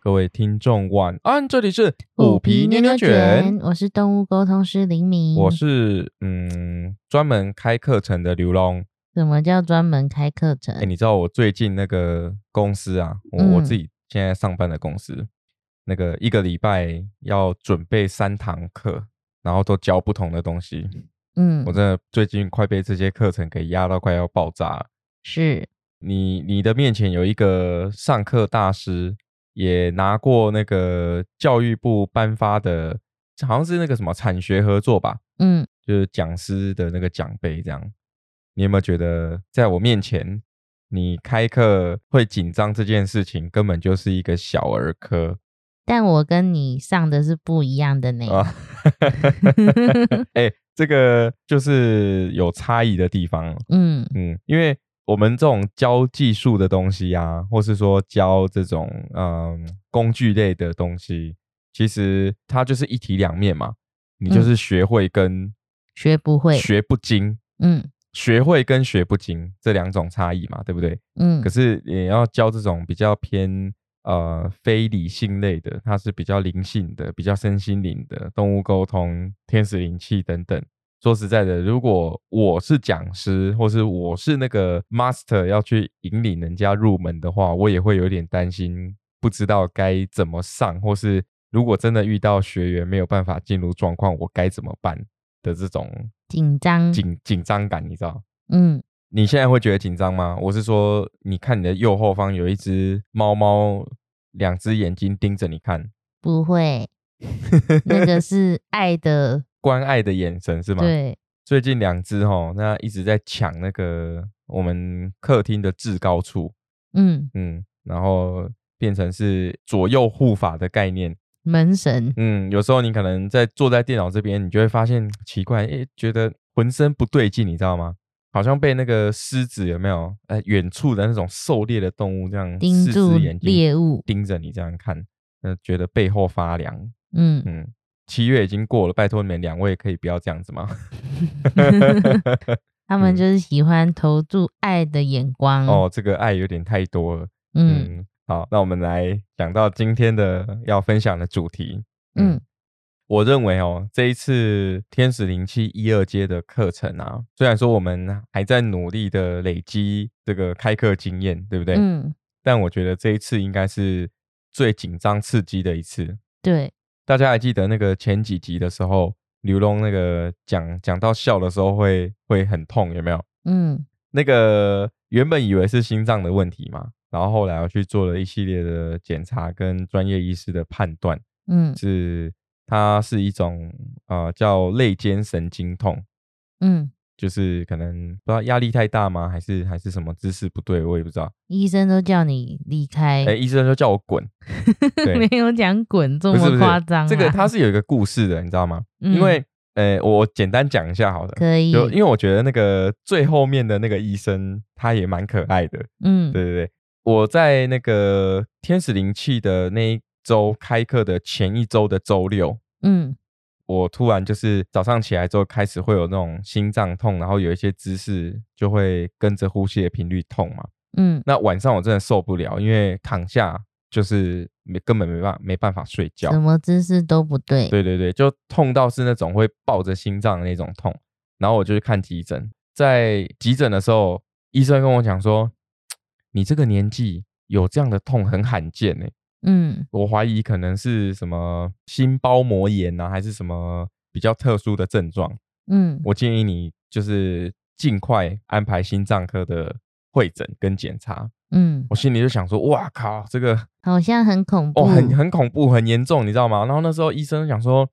各位听众晚安，这里是虎皮妞妞卷，，我是动物沟通师林明。我是嗯专门开课程的刘龙。什么叫专门开课程？哎、你知道我最近那个公司啊，我、我嗯自己现在上班的公司，那个一个礼拜要准备三堂课，然后都教不同的东西，嗯我，真的最近快被这些课程给压到快要爆炸了。是你你的面前有一个上课大师，也拿过那个教育部颁发的，好像是那个什么产学合作吧，嗯，就是讲师的那个奖杯这样。你有没有觉得，在我面前，你开课会紧张这件事情，根本就是一个小儿科但我跟你上的是不一样的呢。啊！ 哎、这个就是有差异的地方。嗯嗯，因为我们这种教技术的东西啊，或是说教这种嗯工具类的东西，其实它就是一体两面嘛。你就嗯是学会跟学不会学不精，嗯学会跟学不精这两种差异嘛，对不对？嗯可是也要教这种比较偏呃非理性类的，它是比较灵性的、比较身心灵的动物沟通、天使灵气等等。说实在的，如果我是讲师，或是我是那个 master 要去引领人家入门的话，我也会有点担心，不知道该怎么上，或是如果真的遇到学员没有办法进入状况，我该怎么办的这种紧张。紧紧张感，你知道？嗯，你现在会觉得紧张吗？我是说，你看你的右后方有一只猫猫，两只眼睛盯着你看，不会，那个是爱的，关爱的眼神是吗？。对，最近两只哈，那一直在抢那个我们客厅的制高处，嗯，嗯，然后变成是左右护法的概念。门神。嗯，有时候你可能在坐在电脑这边，你就会发现奇怪，诶，觉得浑身不对劲，你知道吗？好像被那个狮子有没有？呃，远处的那种狩猎的动物这样盯四住只眼睛猎物盯着你这样看，呃，觉得背后发凉。嗯，嗯，七月已经过了，拜托你们两位可以不要这样子吗？ 他们嗯就是喜欢投注爱的眼光。哦，这个爱有点太多了。嗯，嗯，好，那我们来讲到今天的要分享的主题。嗯，我认为哦，这一次天使灵气一二阶的课程啊，虽然说我们还在努力的累积这个开课经验，对不对？嗯，但我觉得这一次应该是最紧张刺激的一次。对，大家还记得那个前几集的时候，刘龙那个讲讲到笑的时候会会很痛，有没有？嗯那个原本以为是心脏的问题嘛，然后后来我去做了一系列的检查跟专业医师的判断，嗯是它是一种呃叫肋间神经痛，嗯，就是可能不知道压力太大吗，还是还是什么姿势不对，我也不 知道。医生都叫你离开哎、，医生就叫我 滚，对没有讲滚这不是不么是夸张啊。这个它是有一个故事的，你知道吗？嗯因为呃，我简单讲一下好了。可以，就因为我觉得那个最后面的那个医生，他也蛮可爱的，嗯对对对，我在那个天使灵气的那一周开课的前一周的周六，嗯我突然就是早上起来之后开始会有那种心脏痛，然后有一些姿势就会跟着呼吸的频率痛嘛。嗯，那晚上我真的受不了，因为躺下就是没根本没办法没办法睡觉什。么姿势都不对。对对对，就痛到是那种会抱着心脏的那种痛。然后我就去看急诊，在急诊的时候，医生跟我讲说，你这个年纪有这样的痛很罕见呢、嗯我怀疑可能是什么心包膜炎啊，还是什么比较特殊的症状。嗯我建议你就是尽快安排心脏科的会诊跟检查。嗯，我心里就想说，哇靠，这个好像很恐怖。哦，很很恐怖，很严重，你知道吗？然后那时候医生想说，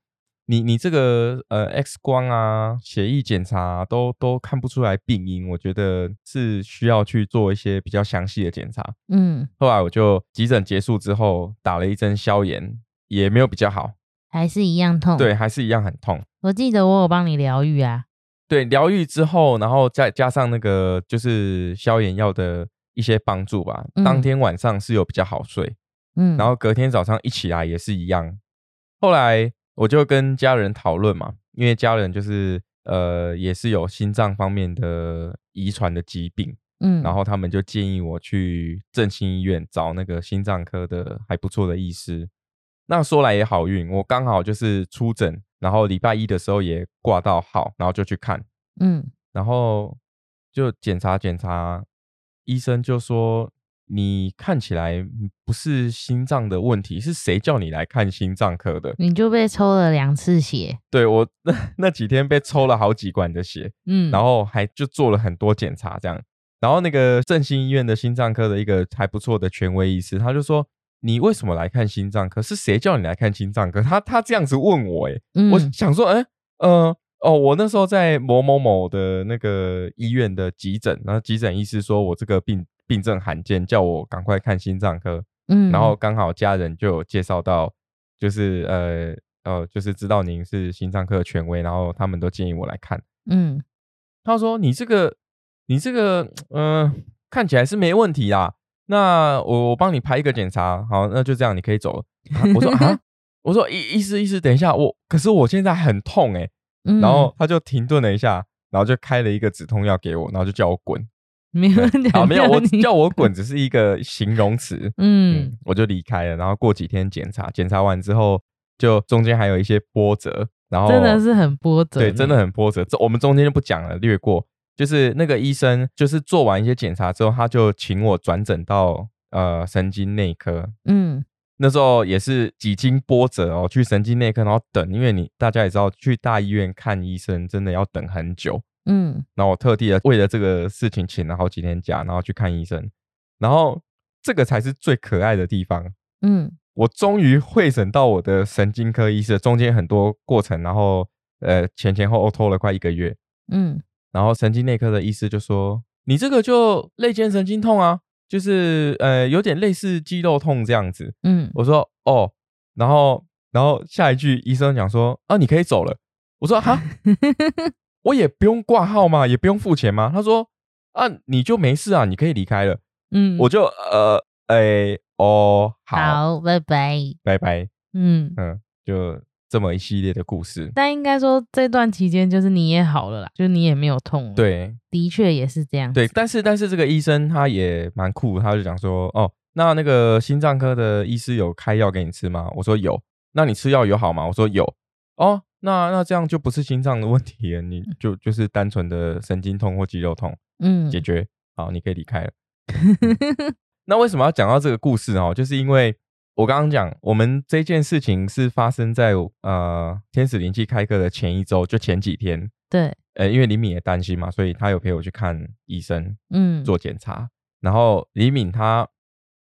你你这个呃 X 光啊、血液检查啊、都都看不出来病因，我觉得是需要去做一些比较详细的检查。嗯，后来我就急诊结束之后打了一针消炎，也没有比较好，还是一样痛。对，，还是一样很痛。我记得我有帮你疗愈啊。对，疗愈之后，然后再加上那个就是消炎药的一些帮助吧，当嗯天晚上是有比较好睡。嗯，然后隔天早上一起来也是一样。后来我就跟家人讨论嘛，因为家人就是呃也是有心脏方面的遗传的疾病，嗯，然后他们就建议我去振兴医院找那个心脏科的还不错的医师。那说来也好运，我刚好就是出诊，然后礼拜一的时候也挂到号，然后就去看，嗯然后就检查检查，医生就说你看起来不是心脏的问题，是谁叫你来看心脏科的？ 你就被抽了两次血，对我那那几天被抽了好几管的血，嗯，然后还就做了很多检查这样。然后那个振兴医院的心脏科的一个还不错的权威医师，他就说：“你为什么来看心脏科？是谁叫你来看心脏科？”他他这样子问我、欸，诶、嗯我想说，哎、呃，哦，我那时候在某某某的那个医院的急诊，然后急诊医师说我这个病病症罕见，叫我赶快看心脏科。嗯，然后刚好家人就有介绍到，就是呃呃，就是知道您是心脏科的权威，然后他们都建议我来看。嗯他说：“你这个，你这个，嗯、呃，看起来是没问题啦。那我我帮你排一个检查，好，那就这样，你可以走了。啊我说：“啊， 我说医医师医师，等一下，我可是我现在很痛诶、嗯，然后他就停顿了一下，然后就开了一个止痛药给我，然后就叫我 滚。没有人啊，没有，我你 叫我滚只是一个形容词。嗯嗯，我就离开了。然后过几天检查，检查完之后，就中间还有一些波折，然后真的是很波折呢，嗯哦对，真的很波折。这我们中间就不讲了，略过。就是那个医生，就是做完一些检查之后，他就请我转诊到呃神经内科。嗯那时候也是几经波折哦，去神经内科，然后等，因为你大家也知道，去大医院看医生真的要等很久。嗯然后我特地的为了这个事情请了好几天假，然后去看医生。然后这个才是最可爱的地方，嗯我终于会诊到我的神经科医师，中间很多过程，然后呃前前后后拖了快一个月。嗯然后神经内科的医师就说：“你这个就肋间神经痛啊，就是呃有点类似肌肉痛这样子。嗯”我说：“哦。”然后然后下一句医生讲说：“啊，你可以走了。”我说：“哈，我也不用挂号吗？也不用付钱吗？”他说：“啊，你就没事啊，你可以离开了。嗯，我就呃诶哦好，好，拜拜，拜拜，嗯。嗯，就这么一系列的故事。但应该说，这段期间就是你也好了啦，就你也没有痛了。，对，的确也是这样。对，，但是但是这个医生他也蛮酷，他就讲说，哦，那那个心脏科的医师有开药给你吃吗？我说有，那你吃药有好吗？我说有，哦，那那这样就不是心脏的问题了，你就就是单纯的神经痛或肌肉痛嗯解决，好，你可以离开了。嗯那为什么要讲到这个故事哦？就是因为我刚刚讲，我们这件事情是发生在呃天使灵气开课的前一周，就前几天。对，呃，因为李敏也担心嘛，所以他有陪我去看医生。嗯，做检查，然后李敏他，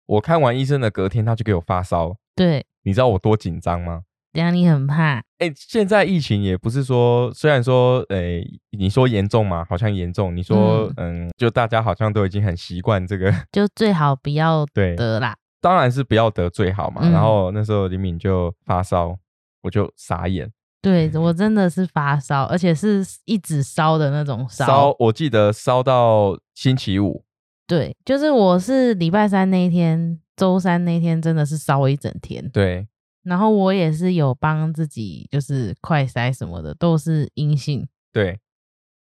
我看完医生的隔天他就给我发烧，对，你知道我多紧张吗？等一下你很怕，哎，现在疫情也不是说，虽然说，诶，你说严重嘛，好像严重；你说，嗯就大家好像都已经很习惯这个， 就最好不要对，得啦。当然是不要得最好嘛。嗯然后那时候李敏就发烧，我就傻眼，对我真的是发烧，而且是一直烧的那种烧。烧，我记得烧到星期五，对，就是我是礼拜三那一天，周三那一天真的是烧一整天。对，然后我也是有帮自己，就是快筛什么的都是阴性。对，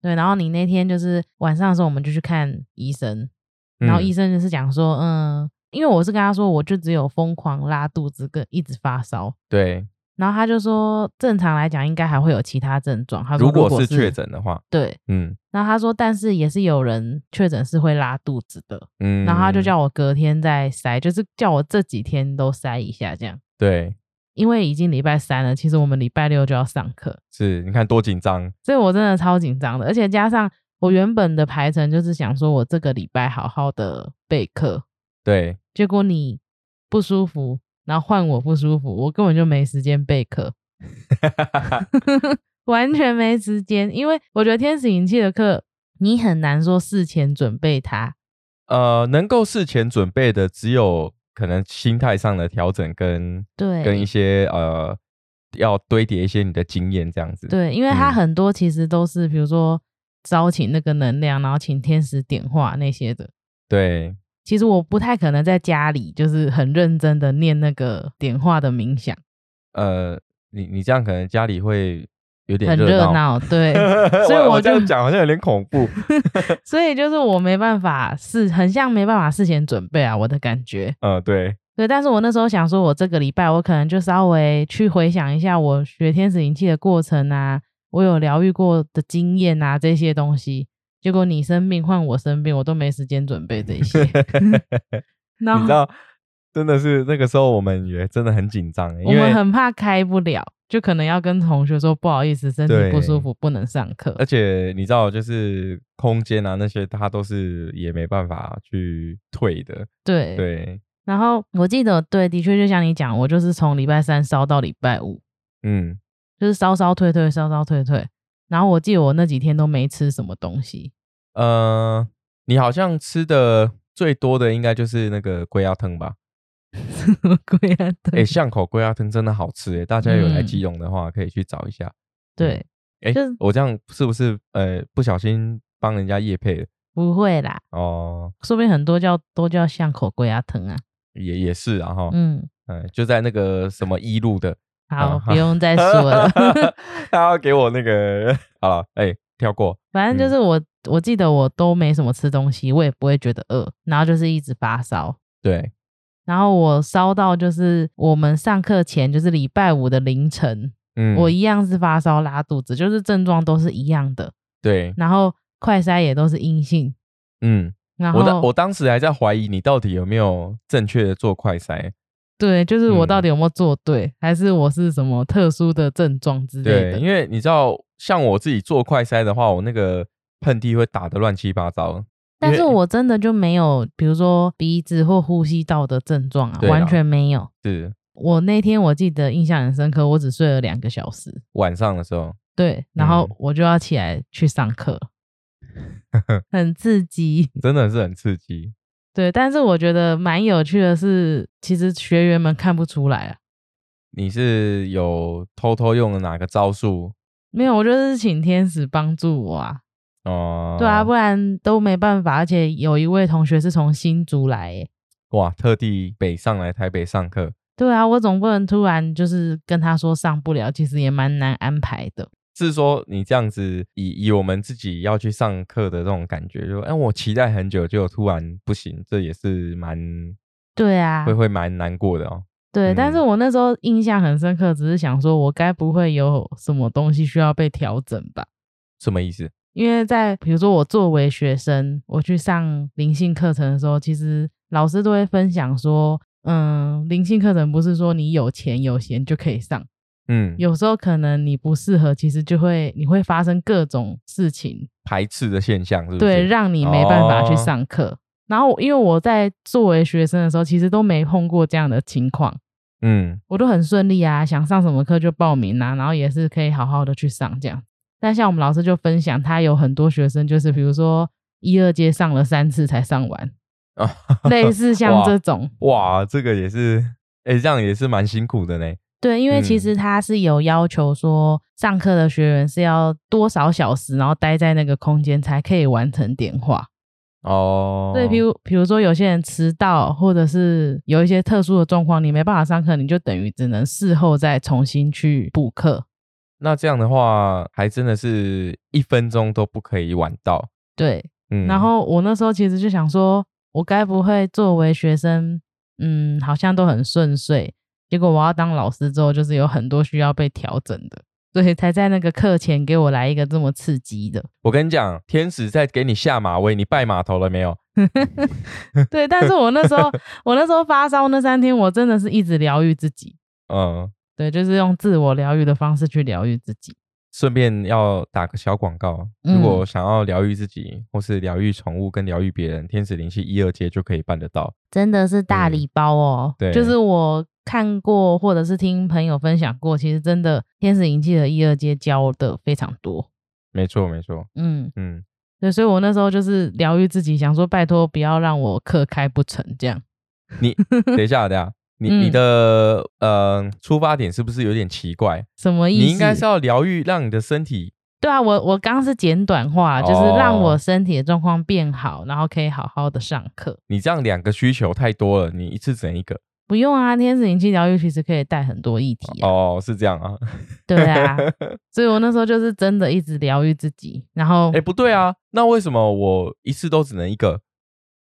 对，然后你那天就是晚上的时候，我们就去看医生，然后嗯医生就是讲说，嗯因为我是跟他说，我就只有疯狂拉肚子跟一直发烧，对，然后他就说，正常来讲应该还会有其他症状。他如说如果果是确，诊的话，对，嗯然后他说，但是也是有人确诊是会拉肚子的，嗯，然后他就叫我隔天再筛，就是叫我这几天都筛一下这样，对，因为已经礼拜三了，其实我们礼拜六就要上课，是你看多紧张，所以我真的超紧张的，而且加上我原本的排程就是想说我这个礼拜好好的备课，对， 结果你不舒服，然后换我不舒服，我根本就没时间备课，完全没时间，因为我觉得天使灵气的课你很难说事前准备它，呃，能够事前准备的只有可能心态上的调整跟对跟一些呃，要堆叠一些你的经验这样子。，对，因为它嗯很多其实都是比如说招请那个能量，然后请天使点化那些的。对其实我不太可能在家里就是很认真的念那个点化的冥想，呃，你你这样可能家里会有点很热 闹。闹，对，所以我我这就样讲好像有点恐怖。所以就是我没办法事，很像没办法事前准备啊，我的感觉。嗯，对，对，但是我那时候想说，我这个礼拜我可能就稍微去回想一下我学天使灵气的过程啊，我有疗愈过的经验啊这些东西。结果你生病换我生病，我都没时间准备这 些。然你知后道，真的是那个时候我们也真的很紧张，欸我因们为很怕开不了，就可能要跟同学说不好意思，身体不舒对服不能上课而。且你知道，就是空间啊那些，它都是也没办法去退的。对对，然后我记得，对，的确就像你讲，我就是从礼拜三烧到礼拜五，嗯，就是烧烧退退，烧烧退退。然后我记得我那几天都没吃什么东西， 呃，你好像吃的最多的应该就是那个龟鸭汤吧？什么鬼啊？哎、 对、巷口龟鸭汤真的好吃哎、大家有来嗯基隆的话，可以去找一下。对，哎、就是我这样是不是呃不小心帮人家夜配了？不会啦，哦，说不定很多叫都叫巷口龟鸭藤啊。也也是啊哈，嗯，嗯、就在那个什么一路的，好，啊不用再说了。 他要给我那个 好了，哎、跳过，反正嗯就是我，我记得我都没什么吃东西，我也不会觉得饿，然后就是一直发烧。对，然后我烧到就是我们上课前，就是礼拜五的凌晨，嗯，我一样是发烧拉肚子，就是症状都是一样的，对，然后快筛也都是阴性，嗯，然后我当我当时还在怀疑你到底有没有正确的做快筛，对，就是嗯我到底有没有做对，还是我是什么特殊的症状之类对，的？因为你知道，像我自己做快筛的话，我那个喷嚏会打得乱七八糟，但是因为我真的就没有，比如说鼻子或呼吸道的症状啊，对啦完全没有。是我那天我记得印象很深刻，我只睡了两个小时，晚上的时候，对，然后嗯我就要起来去 上课，很刺激。真的是很刺激，对，但是我觉得蛮有趣的是，其实学员们看不出来啊。你是有偷偷用了哪个招数？没有，我就是请天使帮助我啊。哦、对啊，不然都没办法。而且有一位同学是从新竹来耶，哇，特地北上来台北上课，对啊，我总不能突然就是跟他说上不了，其实也蛮难安排的。是说你这样子以以我们自己要去上课的这种感觉，就哎、我期待很久，结果突然不行，这也是蛮对啊会，会蛮难过的哦。对，但嗯是我那时候印象很深刻，只是想说我该不会有什么东西需要被调整吧？什么意思？因为在比如说我作为学生，我去上灵性课程的时候，其实老师都会分享说，嗯，灵性课程不是说你有钱有闲就可以上，嗯，有时候可能你不适合，其实就会你会发生各种事情，排斥的现象是不是？对，让你没办法去哦上课。然后，因为我在作为学生的时候，其实都没碰过这样的情况，嗯， 我都很顺利啊，想上什么课就报名啊，然后也是可以好好的去上这样。但像我们老师就分享，他有很多学生就是比如说一二阶上了三次才 上完，啊，类似像哇这种。哇，这个也是，哎、这样也是蛮辛苦的呢。对，因为其嗯实他是有要求说，上课的学员是要多少小时，然后待在那个空间才可以完成点化。哦，对，比如比如说有些人迟到，或者是有一些特殊的状况，你没办法上课，你就等于只能事后再重新去补课。那这样的话，还真的是一分钟都不可以晚到。对，嗯，然后我那时候其实就想说，我该不会作为学生，嗯，好像都很顺遂，结果我要当老师之后，就是有很多需要被调整的，所以才在那个课前给我来一个这么刺 激的。我跟你讲，天使在给你下马威，你拜码头了没有？对，但是我那时候，我那时候发烧那三天，我真的是一直疗愈自己，嗯，对，就是用自我疗愈的方式去疗愈自己。顺便要打个小广告，如嗯果想要疗愈自己，或是疗愈宠物跟疗愈别人，天使灵气一二阶就可以办得到。真的是大嗯礼包哦。对就是我看过或者是听朋友分享过，其实真的天使营记的一二阶教的非常多。没错，没错，嗯，嗯，对，所以我那时候就是疗愈自己，想说拜托不要让我课开不成这样。你等一下，等一下，你、嗯你的呃出发点是不是有点奇怪？什么意思？你应该是要疗愈，让你的身体对啊，我我刚是简短化，就是哦让我身体的状况变好，然后可以好好的上课。你这样两个需求太多了，你一次整一个，不用啊，天使灵气疗愈其实可以带很多议题啊，哦，是这样啊。对啊， 所以我那时候就是真的一直疗愈自己，然后哎、不对啊，那为什么我一次都只能一个？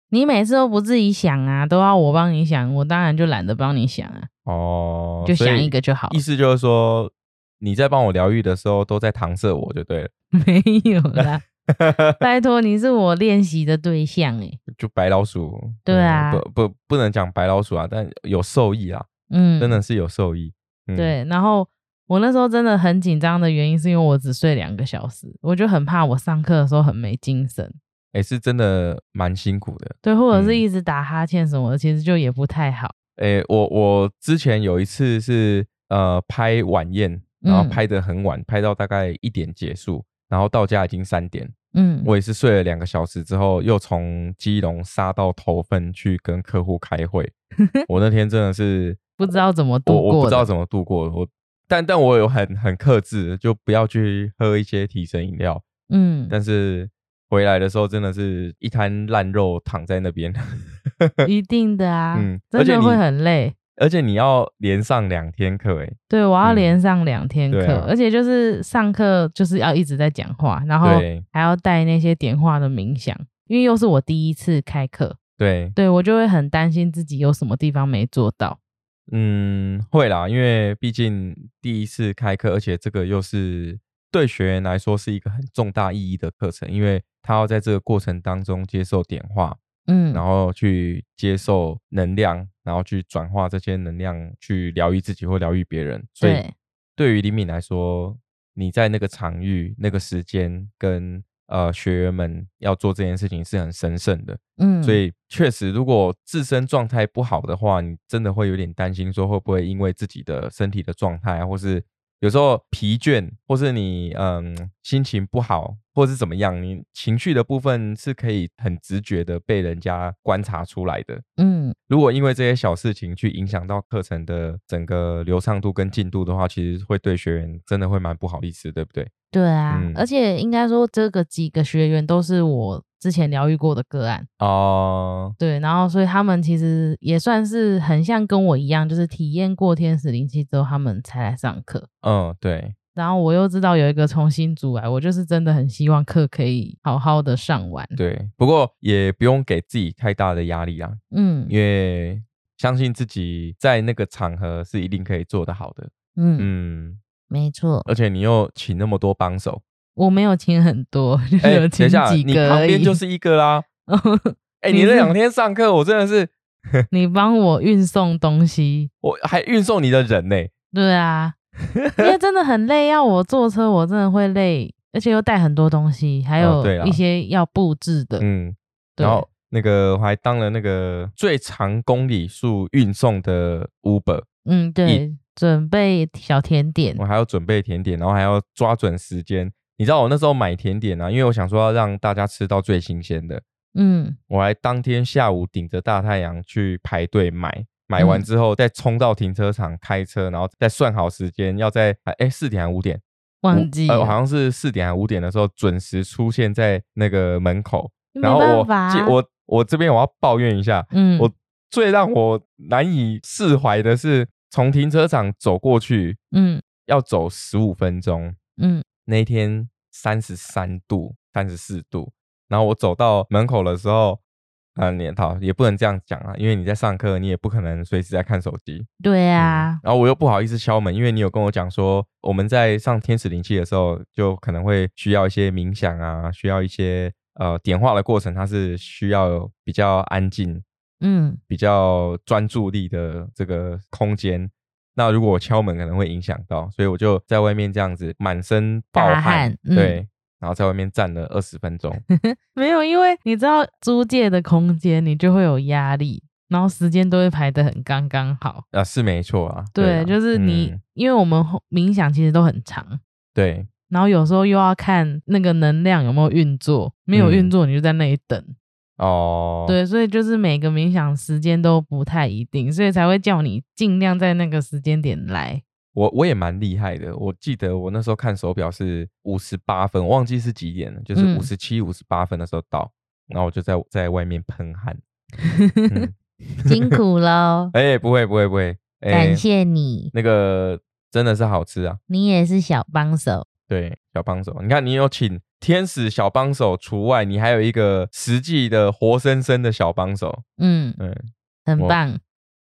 你每次都不自己想啊，都要我帮你想，我当然就懒得帮你想啊，哦，就所想一以个就好了意。思就是说，你在帮我疗愈的时候都在搪塞我就对了， 没有啦，拜托，你是我练习的对象哎、就白老鼠。对嗯啊不不不能讲白老鼠啊，但有受益啊，嗯，真的是有受益。嗯，对，然后我那时候真的很紧张的原因是因为我只睡两个小时，我就很怕我上课的时候很没精神，哎、是真的蛮辛苦的。对，或者是嗯一直打哈欠什么的，其实就也不太好。诶、我我之前有一次是呃拍晚宴，然后嗯拍得很晚，拍到大概一点结束，然后到家已经三点。嗯，我也是睡了两个小时之后，又从基隆杀到头份去跟客户开 会。我那天真的是不知道怎么度我过的我不知道怎么度过的，我但但我有很很克制，就不要去喝一些提神饮料。嗯，但是回来的时候真的是一滩烂肉躺在那边，一定的啊，嗯而真且的你会很累。而且你要连上两天课诶、对，我要嗯连上两天对课，啊而且就是上课就是要一直在讲话，然后对还要带那些点化的冥想，因为又是我第一次开课，对，对我就会很担心自己有什么地方没做到。嗯，会啦，因为毕竟第一次开课，而且这个又是对学员来说是一个很重大意义的课程，因为他要在这个过程当中接受点化，嗯然后去接受能量，然后去转化这些能量去疗愈自己或疗愈别人。所以对，对于李敏来说，你在那个场域、那个时间跟呃学员们要做这件事情是很神圣的。嗯，所以确实，如果自身状态不好的话，你真的会有点担心，说会不会因为自己的身体的状态啊，或是有时候疲倦，或是你嗯心情不好，或是怎么样，你情绪的部分是可以很直觉的被人家观察出来的。嗯如果因为这些小事情去影响到课程的整个流畅度跟进度的话，其实会对学员真的会蛮不好意思，对不对？对啊，嗯而且应该说这个几个学员都是我之前疗愈过的个案，哦、对，然后所以他们其实也算是很像跟我一样，就是体验过天使灵气之后，他们才来上课。嗯，对，然后我又知道有一个重新组来，我就是真的很希望课可以好好的上完。对，不过也不用给自己太大的压力啊，嗯因为相信自己在那个场合是一定可以做得好的。嗯，嗯，没错，而且你又请那么多帮 手，我没有请很多， 就是哎、有等请一下，几你个旁而边已。就是一个啦。哎、你你那是两天上课，我真的是， 你帮我运送东西，我还运送你的人呢、对啊， 因为真的很累，要我坐车我真的会累，而且又带很多东西，还哦有对啦一些要布置的。嗯，对然后那个我还当了那个最长公里数运送的 Uber，嗯，对，准备小甜点我。还要准备甜点，然后还要抓准时间。你知道我那时候买甜点啊，因为我想说要让大家吃到最新鲜的，嗯，我还当天下午顶着大太阳去排队买，买完嗯之后再冲到停车场开车，然后再算好时间，要在哎四点还五点，忘记呃了好像是四点还五点的时候准时出现在那个门口，没然后我办法啊记我我这边我要抱怨一下，嗯，我最让我难以释怀的是从停车场走过去嗯要走十五分钟，嗯那一天三十三度、三十四度，然后我走到门口的时候，啊，你好也不能这样讲啊，因为你在上课，你也不可能随时在看手机。对啊，嗯然后我又不好意思敲门，因为你有跟我讲说，我们在上天使灵气的时候，就可能会需要一些冥想啊，需要一些呃点化的过程，它是需要比较安静、嗯比较专注力的这个空间。那如果我敲门可能会影响到，所以我就在外面这样子满身暴汗，大汗嗯对，然后在外面站了二十 分钟。没有，因为你知道租借的空间，你就会有压力，然后时间都会排得很刚刚好。啊，是没错啊，对，啊就是你，嗯因为我们后冥想其实都很长，对然后有时候又要看那个能量有没有运作，没有运作你就在那里等。嗯哦，对，所以就是每个冥想时间都不太一定，所以才会叫你尽量在那个时间点来。我我也蛮厉害的，我记得我那时候看手表是五十八分，我忘记是几点了，就是嗯 五十七、五十八分的时候到，然后我就在在外面喷汗，嗯，辛苦喽哎、不会不会不会，哎、感谢你，那个真的是好吃啊，你也是小帮手。对，小帮手，你看你有请天使小帮手除外，你还有一个实际的活生生的小帮手，嗯，对，很我棒。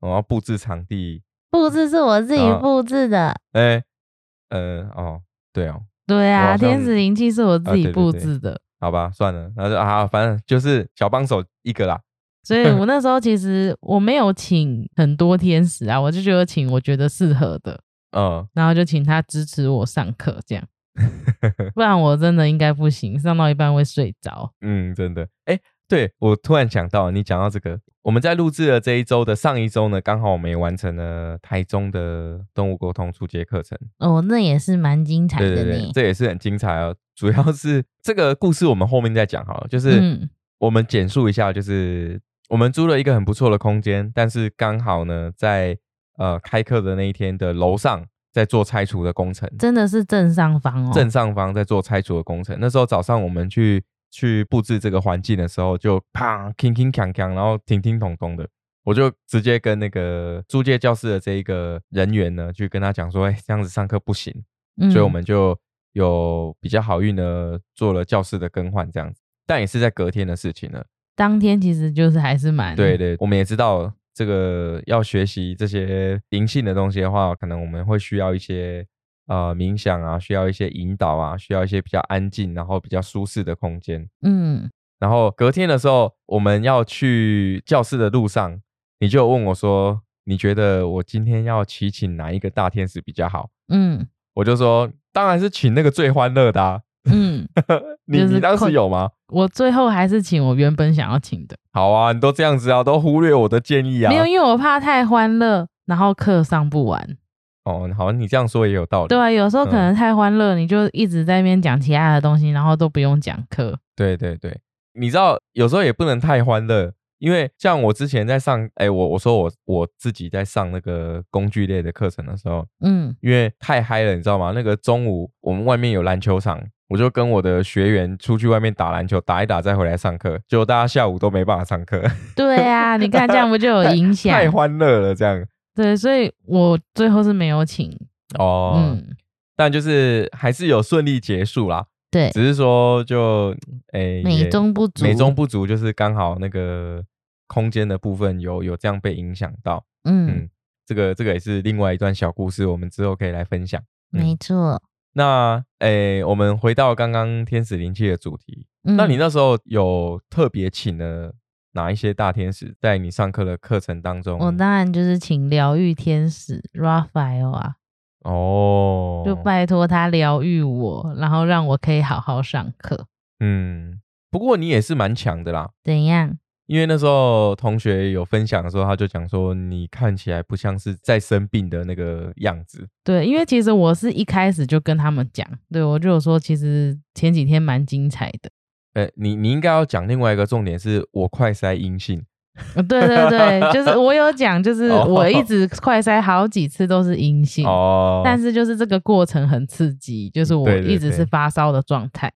我要布置场地，布置是我自己啊布置的，哎、呃，哦，对哦，对我啊，好天像使灵气是我啊自己对对布对置的，好吧，算了，那就啊，反正就是小帮手一个啦，所以我那时候其实我没有请很多天使啊，我就觉得请我觉得适合的，嗯，然后就请他支持我上课这样，不然我真的应该不行，上到一半会睡着。嗯，真的。哎、对我突然想到，你讲到这个，我们在录制的这一周的上一周呢，刚好我们也完成了台中的动物沟通初阶课程。哦，那也是蛮精彩对的对对呢，。这也是很精彩哦。主要是这个故事，我们后面再讲好了。就是嗯我们简述一下，就是我们租了一个很不错的空间，但是刚好呢，在呃开课的那一天的楼上在做拆除的工程。真的是正上方哦，正上方在做拆除的工程。那时候早上我们去去布置这个环境的时候，就砰铿铿锵锵，然后叮叮咚咚的，我就直接跟那个租借教室的这一个人员呢，去跟他讲说，哎、这样子上课不行，嗯，所以我们就有比较好运的做了教室的更换这样子，但也是在隔天的事情了。当天其实就是还是蛮对对，我们也知道这个要学习这些灵性的东西的话，可能我们会需要一些呃冥想啊，需要一些引导啊，需要一些比较安静，然后比较舒适的空间。嗯，然后隔天的时候，我们要去教室的路上，你就有问我说，你觉得我今天要祈请哪一个大天使比较好？嗯我就说，当然是请那个最欢乐的、啊。 嗯，你就是你当时困有吗？我最后还是请我原本想要请的，好啊，你都这样子啊，都忽略我的建议啊。没有，因为我怕太欢乐，然后课上不完。哦，好，你这样说也有道理。对啊，有时候可嗯能太欢乐，你就一直在那边讲其他的东西，然后都不用讲课。对对对，你知道有时候也不能太欢乐，因为像我之前在上，哎、我我说我我自己在上那个工具类的课程的时候，嗯因为太嗨了，你知道吗？那个中午我们外面有篮球场，我就跟我的学员出去外面打篮球，打一打再回来上课，结果大家下午都没办法上课， 对啊，你看这样不就有影响？太欢乐了这样。对，所以我最后是没有请。哦，嗯，但就是还是有顺利结束啦，对，只是说就哎、美也中不足，美中不足就是刚好那个空间的部分有有这样被影响到，嗯，嗯，这个这个也是另外一段小故事，我们之后可以来分享。嗯没错。那诶，我们回到刚刚天使灵气的主题，那嗯你那时候有特别请了哪一些大天使在你上课的课程当中？我当然就是请疗愈天使 Raphael 啊，哦，就拜托他疗愈我，然后让我可以好好上课。嗯，不过你也是蛮强的啦，怎样？因为那时候同学有分享的时候，他就讲说你看起来不像是在生病的那个样子，对，因为其实我是一开始就跟他们讲，对我就有说，其实前几天蛮精彩的。呃，你你应该要讲另外一个重点是，我快筛阴性。呃对对对，就是我有讲，就是哦我一直快筛好几次都是阴性，哦嗯嗯但是就是这个过程很刺激，就是我对对一直是对发烧的状态。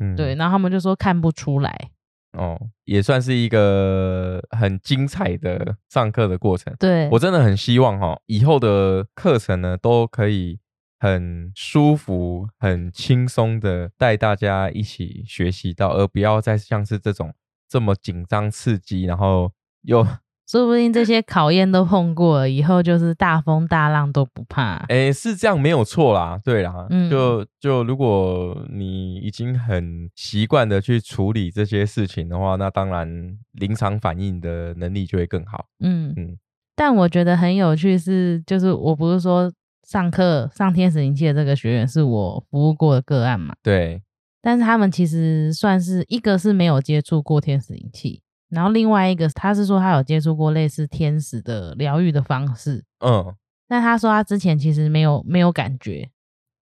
嗯对，然后他们就说看不出来。哦，也算是一个很精彩的上课的过程。对，我真的很希望哈、哦，以后的课程呢都可以很舒服、很轻松的带大家一起学习到，而不要再像是这种这么紧张刺激，然后又说不定这些考验都碰过了，以后就是大风大浪都不怕。诶，是这样没有错啦，对啦，嗯就就如果你已经很习惯的去处理这些事情的话，那当然临场反应的能力就会更好。嗯嗯但我觉得很有趣是，就是我不是说上课上天使灵气的这个学员是我服务过的个案嘛，对，但是他们其实算是一个是没有接触过天使灵气，然后另外一个他是说他有接触过类似天使的疗愈的方式，嗯，但他说他之前其实没有没有感觉，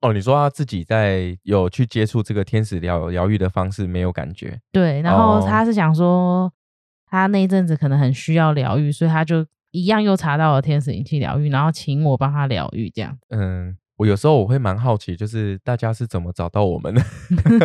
哦，你说他自己在有去接触这个天使疗疗愈的方式没有感觉？对，然后哦他是想说，他那一阵子可能很需要疗愈，所以他就一样又查到了天使灵气疗愈，然后请我帮他疗愈，这样。嗯，我有时候我会蛮好奇，就是大家是怎么找到我们的？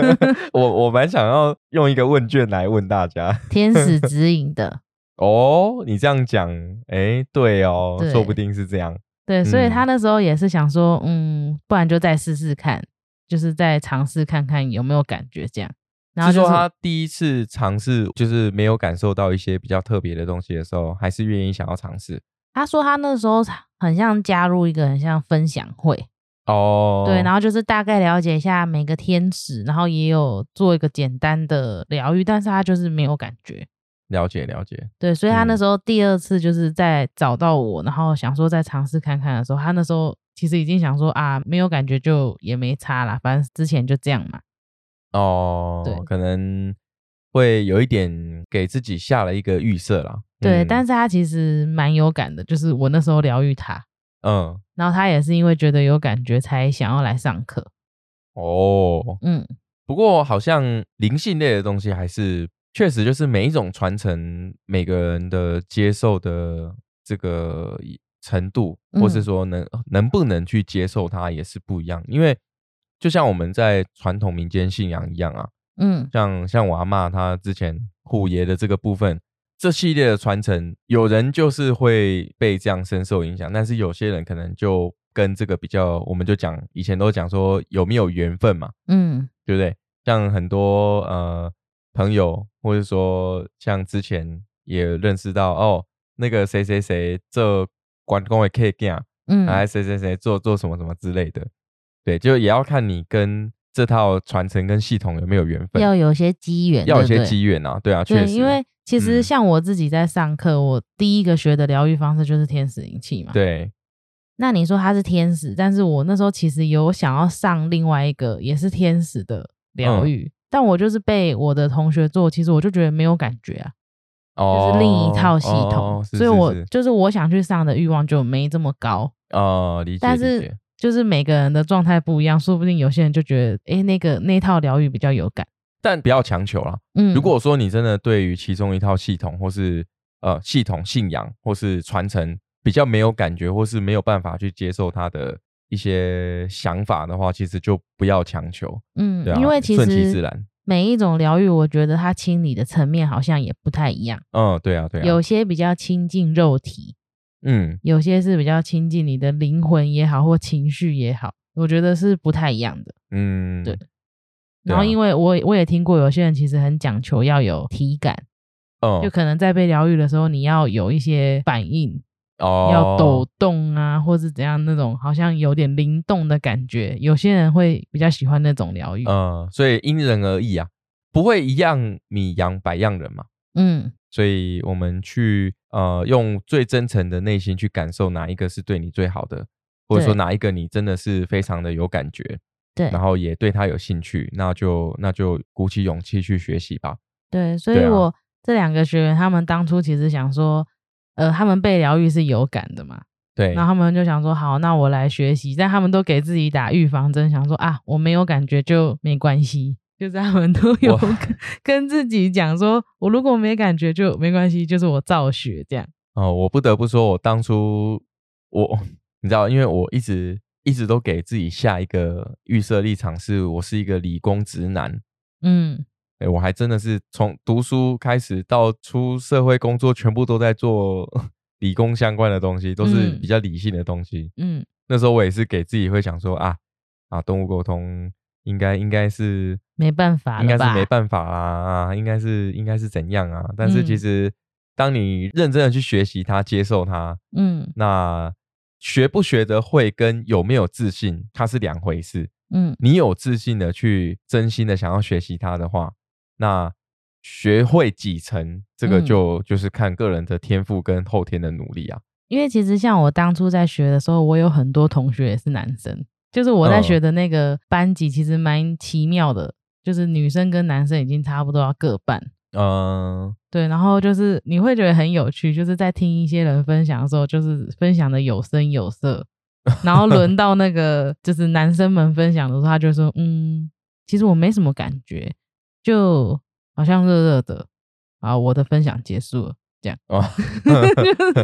我我蛮想要用一个问卷来问大家。 天使指引的，哦，你这样讲，哎，对哦，对说不定是这样。对，所以他嗯那时候也是想说，嗯，不然就再试试看，就是再尝试看看有没有感觉这样。然后是就说是他第一次尝试，就是没有感受到一些比较特别的东西的时候，还是愿意想要尝试。他说他那时候很像加入一个很像分享会，哦，对，然后后就是大概了解一下每个天使，然后也有做一个简单的疗愈，但是他就是没有感觉。了解了解，对，所以他那嗯时候第二次就是在找到我，然后想说再尝试看看的时候，他那时候其实已经想说啊，没有感觉就也没差啦，反正之前就这样嘛。哦，对可能会有一点给自己下了一个预设啦。对，嗯但是他其实蛮有感的，就是我那时候疗愈他，嗯，然后他也是因为觉得有感觉才想要来上课。哦，嗯，不过好像灵性类的东西还是确实就是每一种传承，每个人的接受的这个程度，或是嗯说能能不能去接受它也是不一样，因为就像我们在传统民间信仰一样啊，嗯，像像我阿嬷她之前虎爷的这个部分，这系列的传承，有人就是会被这样深受影响，但是有些人可能就跟这个比较，我们就讲以前都讲说有没有缘分嘛，嗯，对不对？像很多呃朋友，或者说像之前也认识到哦，那个谁谁谁这关公的 K 啊，嗯，哎谁谁谁做做什么什么之类的，对，就也要看你跟这套传承跟系统有没有缘分，要有些机缘，要有对些不对机缘啊，对啊，确对，实，因为其实嗯像我自己在上课，我第一个学的疗愈方式就是天使灵气嘛。，对那你说他是天使，但是我那时候其实有想要上另外一个也是天使的疗嗯愈，但我就是被我的同学做，其实我就觉得没有感觉啊。哦，就是另一套系统，哦、是所是以我是就是我想去上的欲望就没这么高，哦理解，但理是解就是每个人的状态不一样，说不定有些人就觉得，诶，那个那套疗愈比较有感。但不要强求啦，嗯，如果说你真的对于其中一套系统，或是呃系统信仰，或是传承比较没有感觉，或是没有办法去接受它的一些想法的话，其实就不要强求，嗯，对啊，因为其顺其自实然。每一种疗愈，我觉得它清理的层面好像也不太一样，嗯，对啊，对啊，有些比较亲近肉体，嗯，有些是比较亲近你的灵魂也好，或情绪也好，我觉得是不太一样的。嗯，对，对然后啊因为我我也听过有些人其实很讲求要有体感，嗯就，可能在被疗愈的时候，你要有一些反应，哦，要抖动啊，或是怎样那种好像有点灵动的感觉。有些人会比较喜欢那种疗愈。嗯，所以因人而异啊，不会一样米养百样人嘛。嗯所以我们去呃用最真诚的内心去感受哪一个是对你最好的，或者说对哪一个你真的是非常的有感觉，对然后也对他有兴趣，那就那就鼓起勇气去学习吧。对，所以对啊我这两个学员他们当初其实想说，呃，他们被疗愈是有感的嘛，对然，后他们就想说，好，那我来学习。但他们都给自己打预防针，想说啊，我没有感觉就没关系。就是他们 都有哇跟跟自己讲说，我如果没感觉就没关系，就是我照学这样。哦，我不得不说，我当初我 你知道，因为我一直一直都给自己下一个预设立场，是我是一个理工直男，嗯哎、我还真的是从读书开始到出社会工作，全部都在做 理工相关的东西，都是嗯比较理性的东西。嗯那时候我也是给自己会想说啊啊，动物沟通应该应该是没办法应了该是没吧办法啦，啊，应该是应该是怎样啊？但是其嗯实当你认真的去学习它、接受它，嗯那学不学得会跟有没有自信，它是两回事。嗯你有自信的去真心的想要学习它的话，那学会几成，这个嗯就、就是看个人的天赋跟后天的努力啊。因为其实像我当初在学的时候，我有很多同学也是男生，就是我在嗯学的那个班级其实蛮奇妙的，就是女生跟男生已经差不多要各半。嗯，对，然后就是你会觉得很有趣，就是在听一些人分享的时候，就是分享的有声有色，然后轮到那 个就是男生们分享的时候，他就说：“嗯，其实我没什么感觉，就好像热热的。”啊，我的分享结束了， 哦，就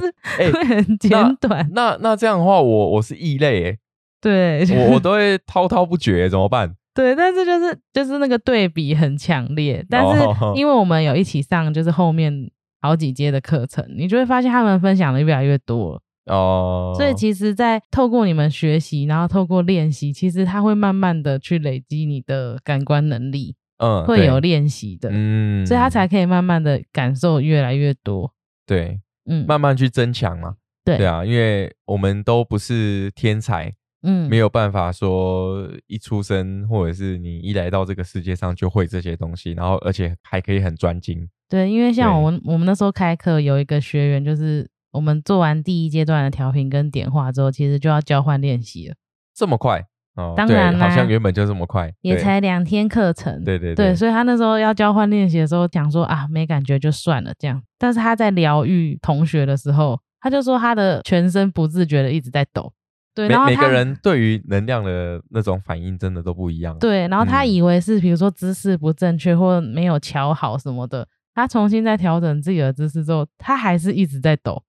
是 哎会很简那 短。那那这样的话，我我是异类诶、对，我我都会滔滔不绝、怎么办？对，但是就是就是那个对比很强烈，但是哦因为我们有一起上，就是后面好几阶的课程，你就会发现他们分享的越来越多了。哦，所以其实，在透过你们学习，然后透过练习，其实它会慢慢的去累积你的感官能力，嗯会有对练习的，嗯，所以他才可以慢慢的感受越来越多。对嗯，慢慢去增强嘛。对对啊，因为我们都不是天才，嗯，没有办法说一出生或者是你一来到这个世界上就会这些东西，然后而且还可以很专精。对，因为像对我们我们那时候开课有一个学员，就是我们做完第一阶段的调频跟点化之后，其实就要交换练习了，这么快哦，当对然好啦像原本就这么快，也对才两天课程。对对对，所以他那时候要交换练习的时候，讲说啊没感觉就算了这样。但是他在疗愈同学的时候，他就说他的全身不自觉的一直在抖。对，然后每每他个人对于能量的那种反应真的都不一样。， 对，然后他嗯以为是比如说姿势不正确或没有瞧好什么的，他重新在调整自己的姿势之后，他还是一直在抖。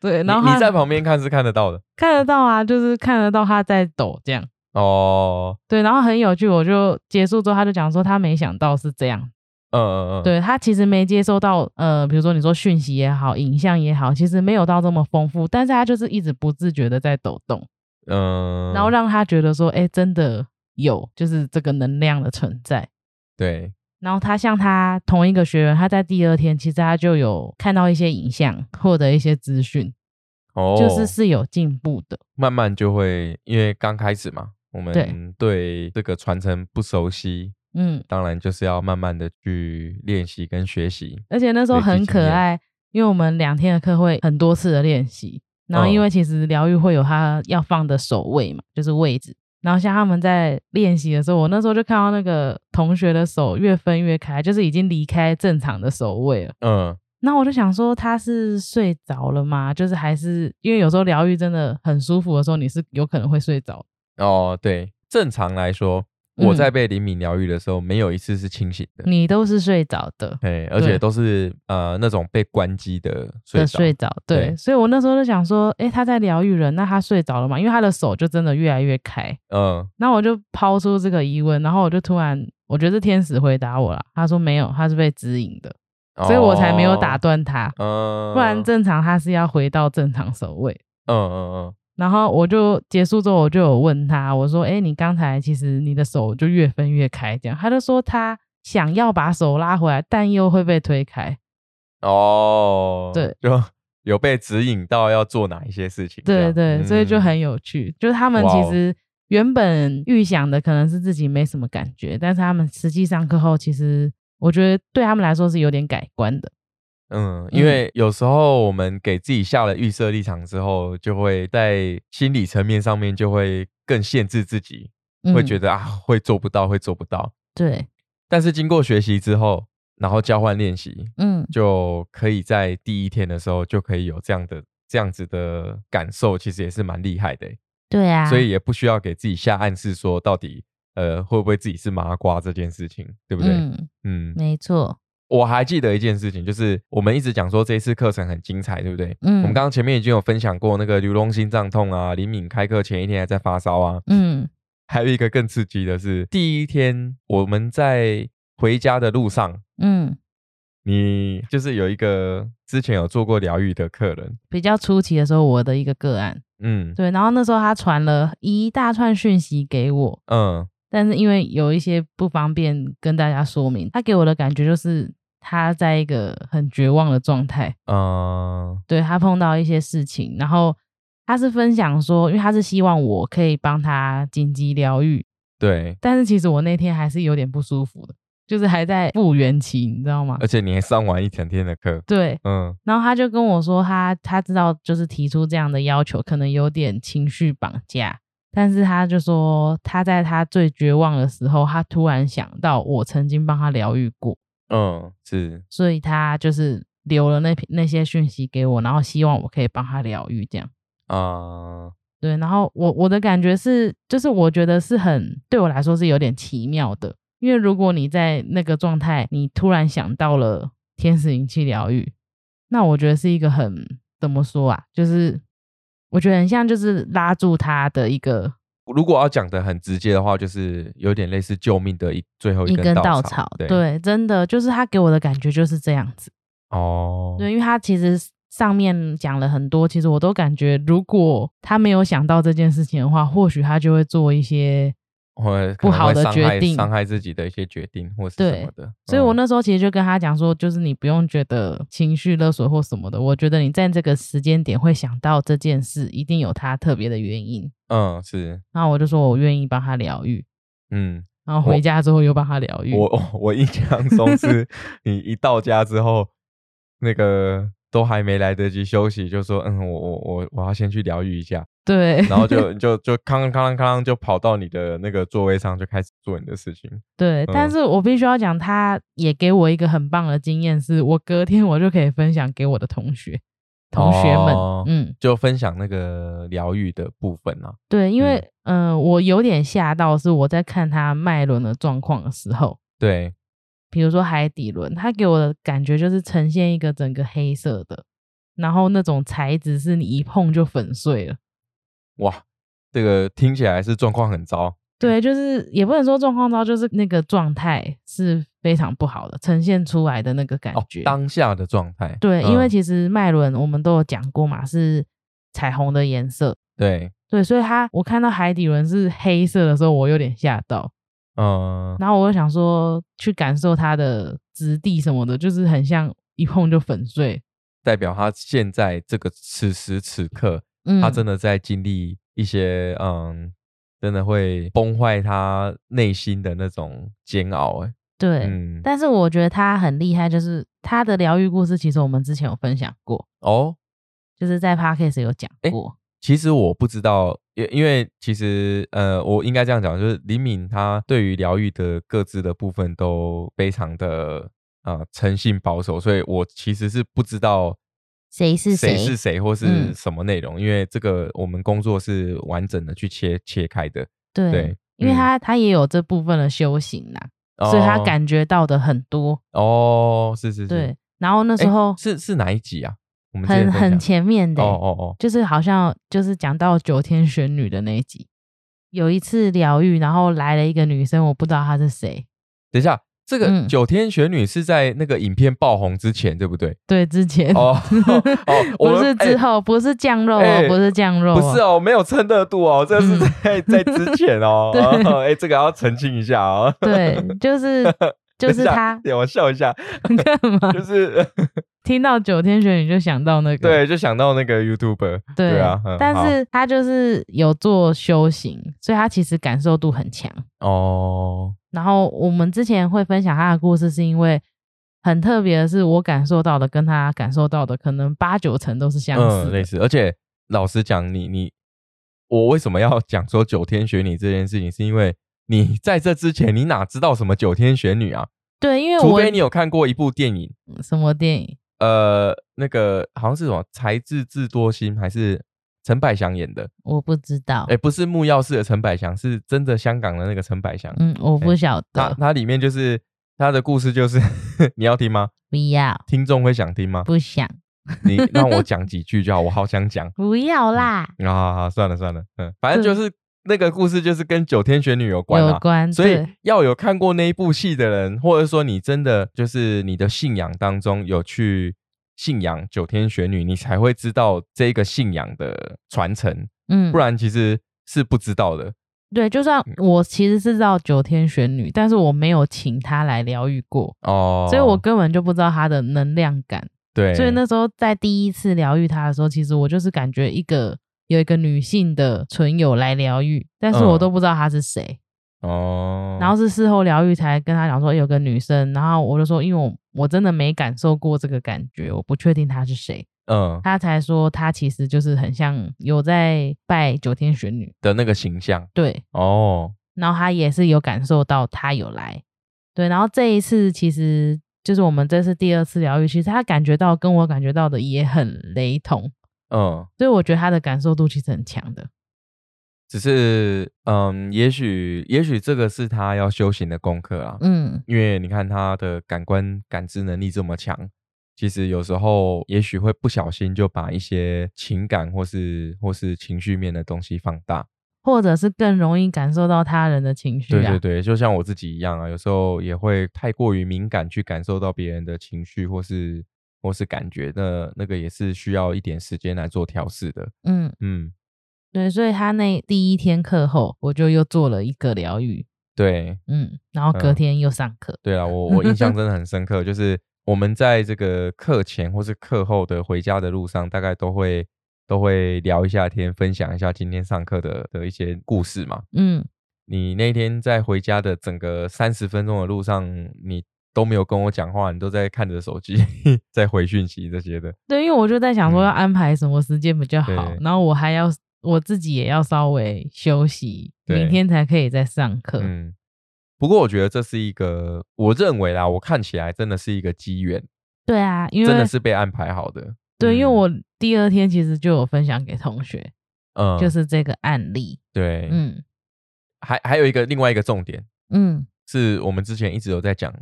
对，然后你他你在旁边看是看得到的看得到啊，就是看得到他在抖这样。哦。对，然后很有趣，我就结束之后，他就讲说他没想到是这样。嗯嗯嗯，，对他其实没接收到，呃，比如说你说讯息也好，影像也好，其实没有到这么丰富，但是他就是一直不自觉的在抖动，嗯，然后让他觉得说，哎，真的有，就是这个能量的存在。对，然后他像他同一个学员，他在第二天其实他就有看到一些影像，获得一些资讯，哦，就是是有进步的。慢慢就会，因为刚开始嘛，我们对这个传承不熟悉，嗯，当然就是要慢慢的去练习跟学习。而且那时候累积很经可验爱，因为我们两天的课会很多次的练习，然后嗯因为其实疗愈会有他要放的手位嘛，就是位置。然后像他们在练习的时候，我那时候就看到那个同学的手越分越开，就是已经离开正常的手位了。嗯，那我就想说，他是睡着了吗？就是还是因为有时候疗愈真的很舒服的时候，你是有可能会睡着。哦，对，正常来说，嗯我在被灵敏疗愈的时候，没有一次是清醒的。你都是睡着的，对，而对且都是呃那种被关机的睡着，的呃睡着，对，对所以我那时候就想说，诶，他在疗愈人，那他睡着了嘛？因为他的手就真的越来越开。嗯，然后我就抛出这个疑问，然后我就突然，我觉得是天使回答我了，他说没有，他是被指引的，所以我才没有打哦，断他，嗯，不然正常他是要回到正常守卫。嗯嗯然后我就结束之后，我就有问他，我说：“哎，你刚才其实你的手就越分越开，这样。”他就说他想要把手拉回来，但又会被推开。嗯，哦，对，就 有被指引到要做哪一些事情，这对样对，所以就嗯很有趣。就是他们哇其哦实原本预想的可能是自己没什么感觉，但是他们实际上课后，其实我觉得对他们来说是有点改观的。嗯，嗯因为有时候我们给自己下了预设立场之后，就会在心理层面上面就会更限制自己，会觉得得啊会做不到，会做不到。嗯对，但是经过学习之后，然后交换练习，嗯，就可以在第一天的时候就可以有这样的这样子的感受，其实也是蛮厉害的欸、对啊，所以也不需要给自己下暗示说到底呃会不会自己是麻瓜这件事情，对不对？嗯，嗯没错，我还记得一件事情，就是我们一直讲说这一次课程很精彩，对不对？嗯，我们刚刚前面已经有分享过那个刘龙心脏痛啊，李敏开课前一天还在发烧啊，嗯还有一个更刺激的是，第一天我们在回家的路上，嗯你就是有一个之前有做过疗愈的客人，比较初期的时候，我的一个个案，嗯对，然后那时候他传了一大串讯息给我，嗯但是因为有一些不方便跟大家说明，他给我的感觉就是他在一个很绝望的状态。嗯对他碰到一些事情，然后他是分享说，因为他是希望我可以帮他紧急疗愈，对，但是其实我那天还是有点不舒服的，就是还在复原期，你知道吗而？且你还上完一整天的课，对，嗯然后他就跟我说他，他知道就是提出这样的要求，可能有点情绪绑架，但是他就说他在他最绝望的时候，他突然想到我曾经帮他疗愈过，嗯是，所以他就是留了那那些讯息给我，然后希望我可以帮他疗愈这样。啊、对，然后我我的感觉是，就是我觉得是很对我来说是有点奇妙的，因为如果你在那个状态，你突然想到了天使灵气疗愈，那我觉得是一个很怎么说啊，就是我觉得很像就是拉住他的一个如果要讲的很直接的话，就是有点类似救命的一最后一根根稻稻草，对对，真的就是他给我的感觉就是这样子，哦，对，因为他其实上面讲了很多，其实我都感觉，如果他没有想到这件事情的话，或许他就会做一些。或不好的决定伤害自己的一些决定或是什么的。所以我嗯那时候其实就跟他讲说，就是你不用觉得情绪勒索或什么的，我觉得你在这个时间点会想到这件事，一定有他特别的原因。嗯是然后我就说我愿意帮他疗愈，嗯，然后回家之后又帮他疗愈。我 我印象中 是你一到家之后，那个都还没来得及休息，就说嗯我我我我要先去疗愈一下，对， 然后就就就康啷康啷康啷就跑到你的那个座位上就开始做你的事情。对，但嗯是我必须要讲，他也给我一个很棒的经验，是我隔天我就可以分享给我的同学、同学们。哦嗯，就分享那个疗愈的部分啊，对，因为嗯、呃我有点吓到，是我在看他脉轮的状况的时候，对，比如说海底轮，他给我的感觉就是呈现一个整个黑色的，然后那种材质是你一碰就粉碎了。哇，这个听起来是状况很糟，对，就是也不能说状况糟，就是那个状态是非常不好的，呈现出来的那个感哦觉。，当下的状态，对，因为嗯其实脉轮我们都有讲过嘛，是彩虹的颜色。对，对，所以它我看到海底轮是黑色的时候，我有点吓到，嗯，然后我就想说去感受它的质地什么的，就是很像一碰就粉碎。代表他现在这个此时此刻，嗯，他真的在经历一些嗯，真的会崩坏他内心的那种煎熬、欸，对。嗯，但是我觉得他很厉害，就是他的疗愈故事，其实我们之前有分享过，哦，就是在 podcast 有讲诶过。其实我不知道，因因为其实呃，我应该这样讲，就是李敏他对于疗愈的各自的部分都非常的呃诚信保守，所以我其实是不知道谁是谁谁？是谁或是嗯什么内容，因为这个我们工作是完整的去切切开的，对，对，因为嗯他、他也有这部分的修行呐、所以他哦感觉到的很多。哦，是是是，对，然后那诶，时候是是哪一集啊？我们之前很分很享前面的、欸哦哦哦，就是好像就是讲到九天玄女的那一集，有一次疗愈，然后来了一个女生，我不知道她是谁。等一下，这个嗯九天玄女是在那个影片爆红之前，对不对？对，之前、 哦哦，我不们是哎之后，不是酱肉哦，哎不是酱肉、不是哦，哦，没有蹭热度哦，这是嗯在、在之前哦。 对哦哎、这个要澄清一下 哦。对， 就是就等是一下她。对我笑一下， 你干嘛？ 就是听到九天玄女就想到那个，对，就想到那个 YouTuber，对对啊嗯但是她就是有做修行，所以她其实感受度很强。哦，然后我们之前会分享他的故事，是因为很特别的是，我感受到的跟他感受到的可能八九成都是相似嗯，的。类似。而且老实讲，你你我为什么要讲说九天玄女这件事情，是因为你在这之前，你哪知道什么九天玄女啊？对，因为除我非你有看过一部电影，什么电影？呃，那个好像是什么才智智多星还是陈百祥演的。我不知道。哎、不是木曜式的陈百祥，是真的香港的那个陈百祥。嗯，我不晓它得。它里面就是它的故事，就是 你要听吗？不要，听众会想听吗？不想，你让我讲几句就好，我好想讲。不要啦。啊，好好算了算了，嗯，反正就是那个故事就是跟九天玄女有关有啊。关，所以对要有看过那一部戏的人，或者说你真的就是你的信仰当中有去信仰九天玄女，你才会知道这个信仰的传承，嗯不，然其实是不知道的。对，就算嗯我其实是知道九天玄女，但是我没有请她来疗愈过，哦，所以我根本就不知道她的能量感。对，所以那时候在第一次疗愈他的时候，其实我就是感觉一个有一个女性的唇友来疗愈，但是嗯我都不知道她是谁。哦，然后是事后疗愈才跟他讲说、欸有个女生，然后我就说因为我我真的没感受过这个感觉，我不确定她是谁。嗯他才说她其实就是很像有在拜九天玄女，的那个形象对，哦，然后他也是有感受到她有来，对，然后这一次其实。就是我们这次第二次疗愈，其实他感觉到跟我感觉到的也很雷同，嗯，所以我觉得他的感受度其实很强的。只是嗯，也许也许这个是他要修行的功课啊，嗯，因为你看他的感官感知能力这么强，其实有时候也许会不小心就把一些情感或是或是情绪面的东西放大。或者是更容易感受到他人的情绪对啊。对对，就像我自己一样啊，有时候也会太过于敏感去感受到别人的情绪或是或是感觉，那那个也是需要一点时间来做调试的。嗯，嗯，对，所以他那第一天课后，我就又做了一个疗愈，对，嗯，然后隔嗯天又上课，对啊，我我印象真的很深刻，就是我们在这个课前或是课后的回家的路上，大概都会都会聊一下天，分享一下今天上课的的一些故事嘛。嗯，你那天在回家的整个三十分钟的路上，你都没有跟我讲话，你都在看着手机， 在回讯息这些的。对，因为我就在想说要安排什么时间比较好，嗯对然后我还要我自己也要稍微休息，对明天才可以再上课。嗯，不过我觉得这是一个，我认为啦，我看起来真的是一个机缘，对啊，因真为的是被安排好的。对，因为嗯我第二天其实就有分享给同学，嗯，就是这个案例，对，嗯还还有一个另外一个重点，嗯，是我们之前一直有在讲，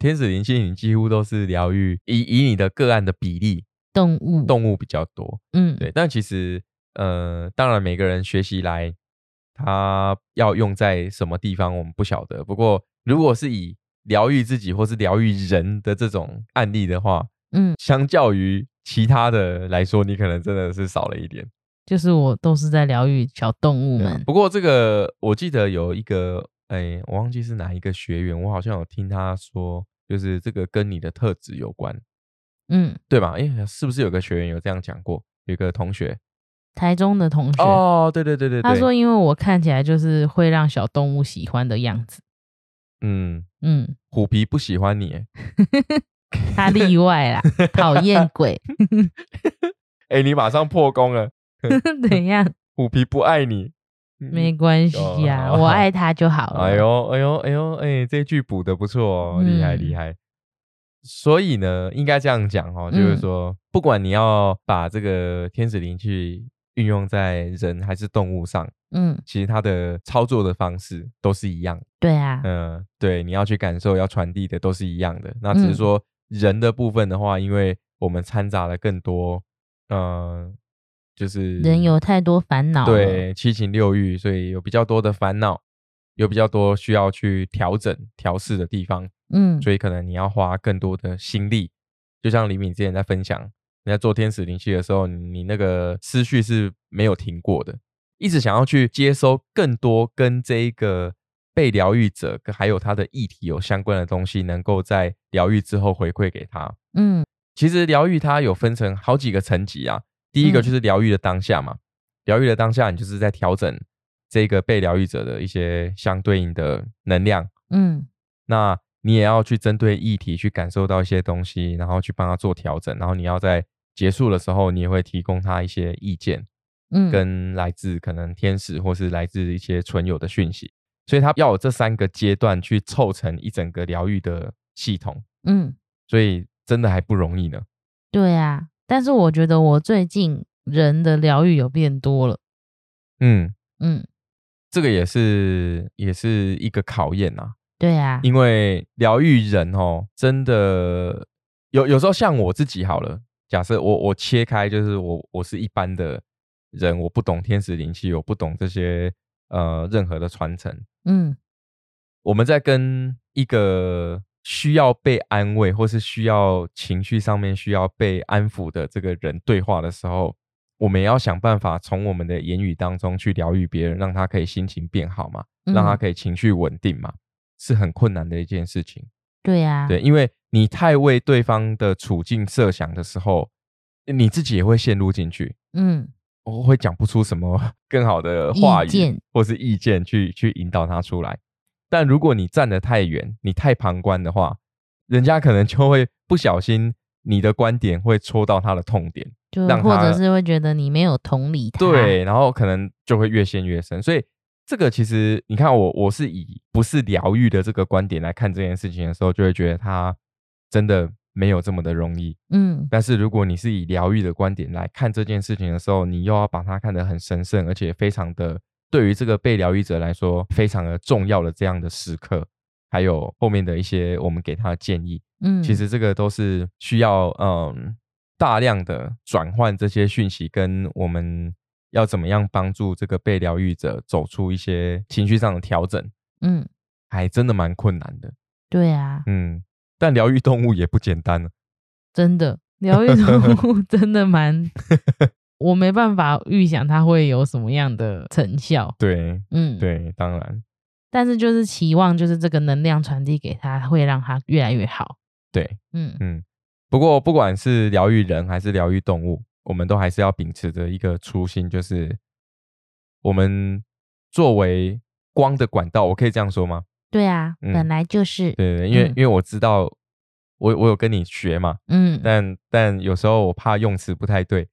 天使灵性你几乎都是疗愈，以以你的个案的比例，动物，动物比较多，嗯，对。但其实，呃，当然每个人学习来，他要用在什么地方我们不晓得。不过，如果是以疗愈自己或是疗愈人的这种案例的话，嗯，相较于其他的来说，你可能真的是少了一点。就是我都是在疗愈小动物对啊们，不过这个我记得有一个，哎、我忘记是哪一个学员，我好像有听他说，就是这个跟你的特质有关，嗯，对吧？哎、是不是有个学员有这样讲过？有一个同学台中的同学，哦，对对对对对，他说因为我看起来就是会让小动物喜欢的样子，嗯，嗯，虎皮不喜欢你，他例外啦，讨厌鬼，哎、你马上破功了，怎样？虎皮不爱你，嗯没关系哦呀、好我爱他就好了。哎，呦，哎呦，哎呦，哎，这句补的不错哦，厉害嗯厉害。所以呢，应该这样讲哦，就是嗯说，不管你要把这个天使灵去运用在人还是动物上，嗯，其实它的操作的方式都是一样的。对啊，嗯、对，你要去感受、要传递的都是一样的。那只是嗯说人的部分的话，因为我们掺杂了更多，呃，就是人有太多烦恼了，对七情六欲，所以有比较多的烦恼，有比较多需要去调整、调试的地方，嗯，所以可能你要花更多的心力。就像李敏之前在分享，你在做天使灵气的时候，你你那个思绪是没有停过的，一直想要去接收更多跟这一个被疗愈者跟还有他的议题有相关的东西，能够在疗愈之后回馈给他。嗯其实疗愈它有分成好几个层级啊。第一个嗯就是疗愈的当下嘛，疗愈的当下，你就是在调整这个被疗愈者的一些相对应的能量。嗯那你也要去针对议题去感受到一些东西，然后去帮他做调整。然后你要在结束的时候，你也会提供他一些意见，嗯，跟来自可能天使或是来自一些存有的讯息。所以他要有这三个阶段去凑成一整个疗愈的系统，嗯，所以真的还不容易呢。对啊。但是我觉得我最近人的疗愈有变多了，嗯，嗯，这个也是也是一个考验呐、对啊，因为疗愈人哦，真的有有时候像我自己好了，假设我我切开，就是我我是一般的人，我不懂天使灵气，我不懂这些呃任何的传承。嗯我们在跟一个需要被安慰，或是需要情绪上面需要被安抚的这个人对话的时候，我们也要想办法从我们的言语当中去疗愈别人，让他可以心情变好嘛。嗯，让他可以情绪稳定嘛，是很困难的一件事情。对啊，对，因为你太为对方的处境设想的时候，你自己也会陷入进去，嗯我会讲不出什么 更好的话意见语或是意见去去引导他出来。但如果你站得太远，你太旁观的话，人家可能就会不小心，你的观点会戳到他的痛点。就让或他者是会觉得你没有同理他，，对，然后可能就会越陷越深。所以这个其实你看我，我是以不是疗愈的这个观点来看这件事情的时候，就会觉得它真的没有这么的容易。嗯但是如果你是以疗愈的观点来看这件事情的时候，你又要把它看得很神圣，而且非常的对于这个被疗愈者来说非常的重要的这样的时刻，还有后面的一些我们给他的建议，嗯，其实这个都是需要嗯大量的转换这些讯息，跟我们要怎么样帮助这个被疗愈者走出一些情绪上的调整，嗯还真的蛮困难的。嗯对啊，嗯，但疗愈动物也不简单啊 真的，疗愈动物真的蛮，我没办法预想它会有什么样的成效。对嗯，。对，当然但是就是期望，就是这个能量传递给他，会让他越来越好。对。嗯，嗯，不过不管是疗愈人还是疗愈动物，我们都还是要秉持着一个初心，就是我们作为光的管道，我可以这样说吗？对啊，嗯本来就是，对对，因为、嗯因为我知道我我有跟你学嘛，嗯，但但有时候我怕用词不太对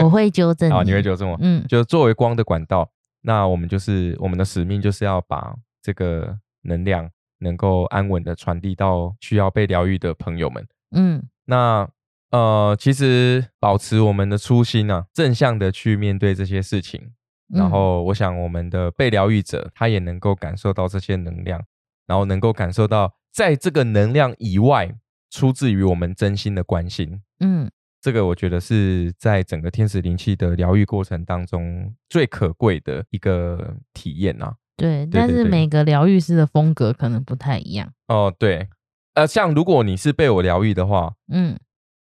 我会 纠正啊，你你会纠正我。嗯，就作为光的管道，那我们就是我们的使命就是要把这个能量能够安稳的传递到需要被疗愈的朋友们。嗯，那呃，其实保持我们的初心啊，正向的去面对这些事情，然嗯，后我想我们的被疗愈者他也能够感受到这些能量，然后能够感受到在这个能量以外，出自于我们真心的关心。嗯，这个我觉得是在整个天使灵气的疗愈过程当中最可贵的一个体验啊。对。但对是对每个疗愈师的风格可能不太一样。哦，对，呃，像如果你是被我疗愈的话，嗯，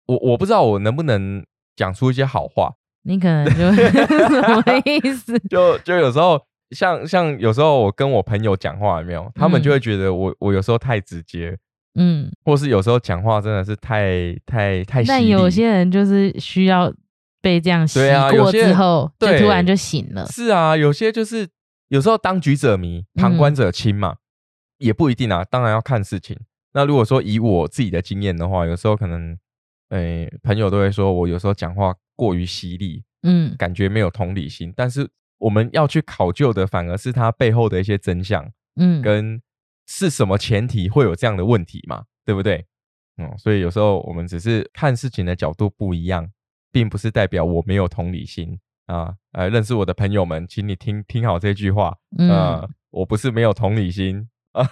我我不知道我能不能讲出一些好话，你可能 就 什么意思？就就有时候像像有时候我跟我朋友讲话有没有，他们就嗯会觉得我、我有时候太直接，嗯，或是有时候讲话真的是太太太犀但利。有些人就是需要被这样洗对啊有过些之后，就对突然就醒了。是啊，有些就是有时候当局者迷，旁嗯观者清嘛，也不一定啊。当然要看事情。那如果说以我自己的经验的话，有时候可能，诶、朋友都会说我有时候讲话过于犀利，嗯感觉没有同理心。但是我们要去考究的，反而是它背后的一些真相。嗯，跟是什么前提会有这样的问题嘛，对不对？嗯，所以有时候我们只是看事情的角度不一样，并不是代表我没有同理心啊。呃，认识我的朋友们，请你听听好这句话。呃，嗯，我不是没有同理 心啊。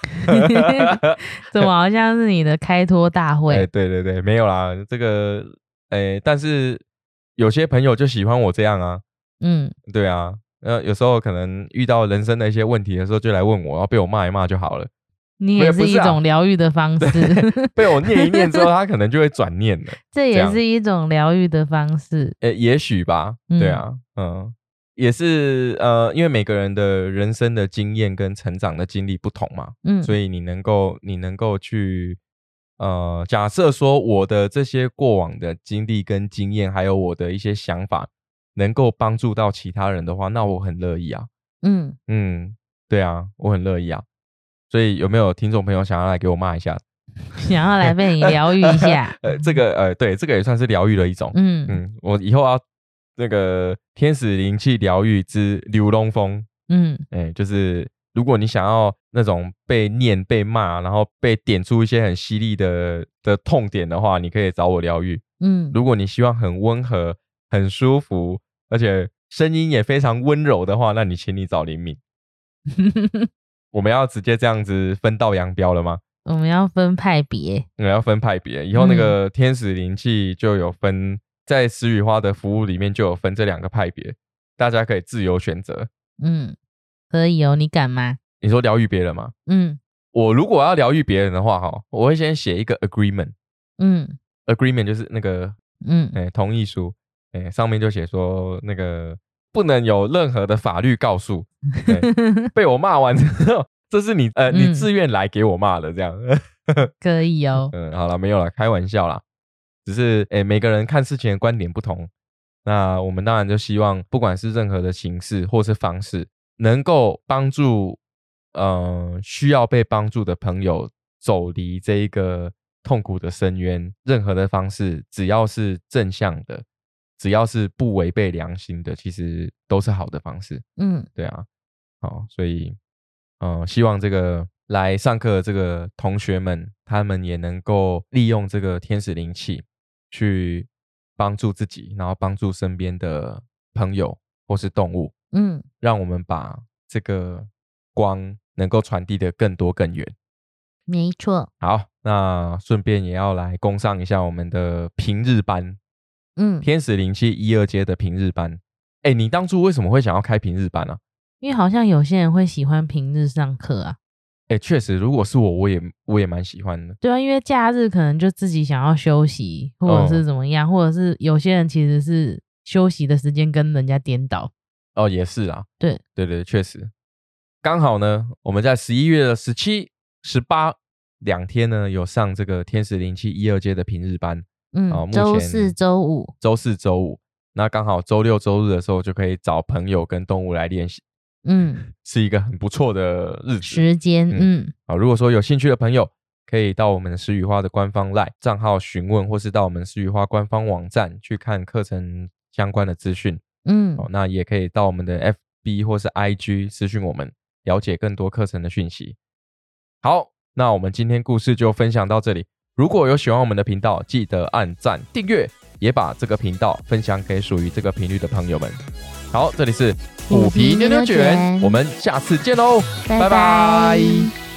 怎么好像是你的开拓大哎，会？对对对，没有啦，这个，哎，但是有些朋友就喜欢我这样啊，嗯对啊。呃，有时候可能遇到人生的一些问题的时候，就来问我，然后被我骂一骂就好了。你不也是不是一是啊种疗愈的方 式， 被我念一念之后，他可能就会转念了。这这也样是一种疗愈的方式。呃，也许吧，嗯对啊，嗯，也是呃，因为每个人的人生的经验跟成长的经历不同嘛，嗯，所以你能够你能够去呃，假设说我的这些过往的经历跟经验，还有我的一些想法，能够帮助到其他人的话，那我很乐意啊，嗯，嗯，对啊，我很乐意啊。所以有没有听众朋友想要来给我骂一下？想要来被你疗愈一下 。呃，这个呃，对，这个也算是疗愈的一种。嗯嗯，我以后要那个天使灵气疗愈之流龙风，嗯哎、就是如果你想要那种被念、被骂，然后被点出一些很犀利的的痛点的话，你可以找我疗愈。嗯，如果你希望很温和、很舒服，而且声音也非常温柔的话，那你请你找灵敏。 我们要直接这样子分道扬镳了吗？我们要分派别。我们要分派别，以后那个天使灵气就有分，在石雨花的服务里面就有分这两个派别，大家可以自由选择。嗯，可以哦，你敢吗？你说疗愈别人吗？嗯我如果要疗愈别人的话，哈，我会先写一个 agreement，agreement 嗯就是那个嗯诶、同意书，诶、上面就写说那个不能有任何的法律告诉。诶被我骂完之后，这是你呃你嗯自愿来给我骂的这样。可以哦。嗯，好了，没有了，开玩笑啦。只是诶、每个人看事情的观点不同，那我们当然就希望，不管是任何的形式或是方式，能够帮助呃需要被帮助的朋友走离这一个痛苦的深渊。任何的方式，只要是正向的，只要是不违背良心的，其实都是好的方式。嗯，对啊，好，所以呃，希望这个来上课的这个同学们，他们也能够利用这个天使灵气去帮助自己，然后帮助身边的朋友或是动物，嗯，让我们把这个光能够传递的更多更远。没错，好，那顺便也要来攻上一下我们的平日班，嗯，天使灵气一二阶的平日班。哎，你当初为什么会想要开平日班啊？因为好像有些人会喜欢平日上课啊。哎、确实，如果是我，我也我也蛮喜欢的。对啊，因为假日可能就自己想要休息，或者是嗯怎么样，或者是有些人其实是休息的时间跟人家颠倒。哦，也是啊，对对对，确实，刚好呢，我们在十一月的十七、十八两天呢，有上这个天使灵气一二阶的平日班啊、嗯，目周前四、周五，周四周五，那刚好周六周日的时候就可以找朋友跟动物来练习，嗯，是一个很不错的日子时间，嗯，啊、如果说有兴趣的朋友，可以到我们诗雨花的官方 LINE 账号询问，或是到我们诗雨花官方网站去看课程相关的资讯。嗯哦，那也可以到我们的 FB 或是 IG 私讯我们，了解更多课程的讯息。好，那我们今天故事就分享到这里。如果有喜欢我们的频道，记得按赞、订阅，也把这个频道分享给属于这个频率的朋友们。好，这里是虎皮妞妞卷卷我们下次见喽，拜拜拜